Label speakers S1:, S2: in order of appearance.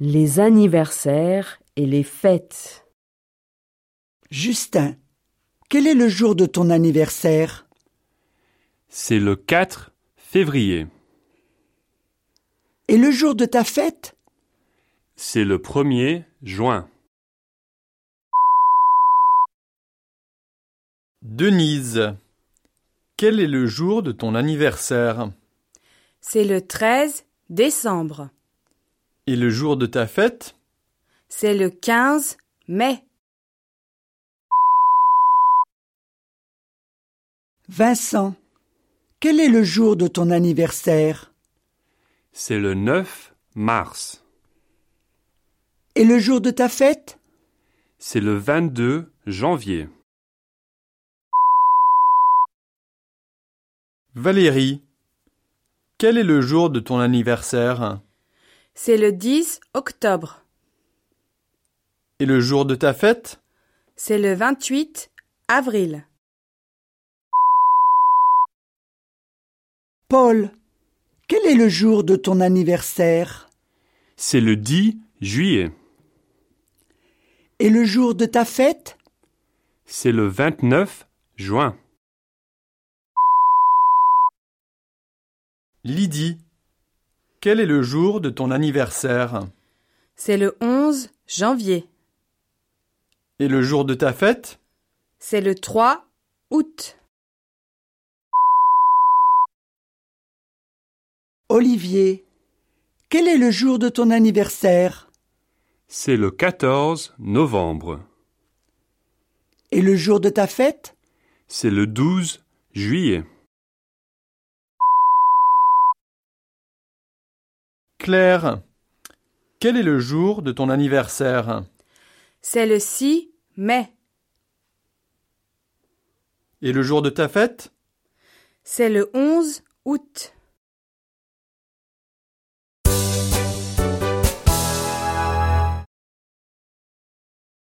S1: Les anniversaires et les fêtes.
S2: Justin, quel est le jour de ton anniversaire
S3: C'est le 4 février.
S2: Et le jour de ta fête
S3: C'est le 1er juin.
S4: Denise, quel est le jour de ton anniversaire
S5: C'est le 13 décembre.
S4: Et le jour de ta fête
S5: C'est le 15 mai.
S2: Vincent, quel est le jour de ton anniversaire
S3: C'est le 9 mars.
S2: Et le jour de ta fête
S3: C'est le 22 janvier.
S4: Valérie, quel est le jour de ton anniversaire
S5: C'est le 10 octobre.
S4: Et le jour de ta fête
S5: C'est le 28 avril.
S2: Paul, quel est le jour de ton anniversaire
S3: C'est le 10 juillet.
S2: Et le jour de ta fête
S3: C'est le 29 juin.
S4: Lydie, quel est le jour de ton anniversaire
S5: C'est le 11 janvier.
S4: Et le jour de ta fête
S5: C'est le 3 août.
S2: Olivier, quel est le jour de ton anniversaire
S3: C'est le 14 novembre.
S2: Et le jour de ta fête
S3: C'est le 12 juillet.
S4: Claire, quel est le jour de ton anniversaire
S5: C'est le 6 mai.
S4: Et le jour de ta fête
S5: C'est le 11 août.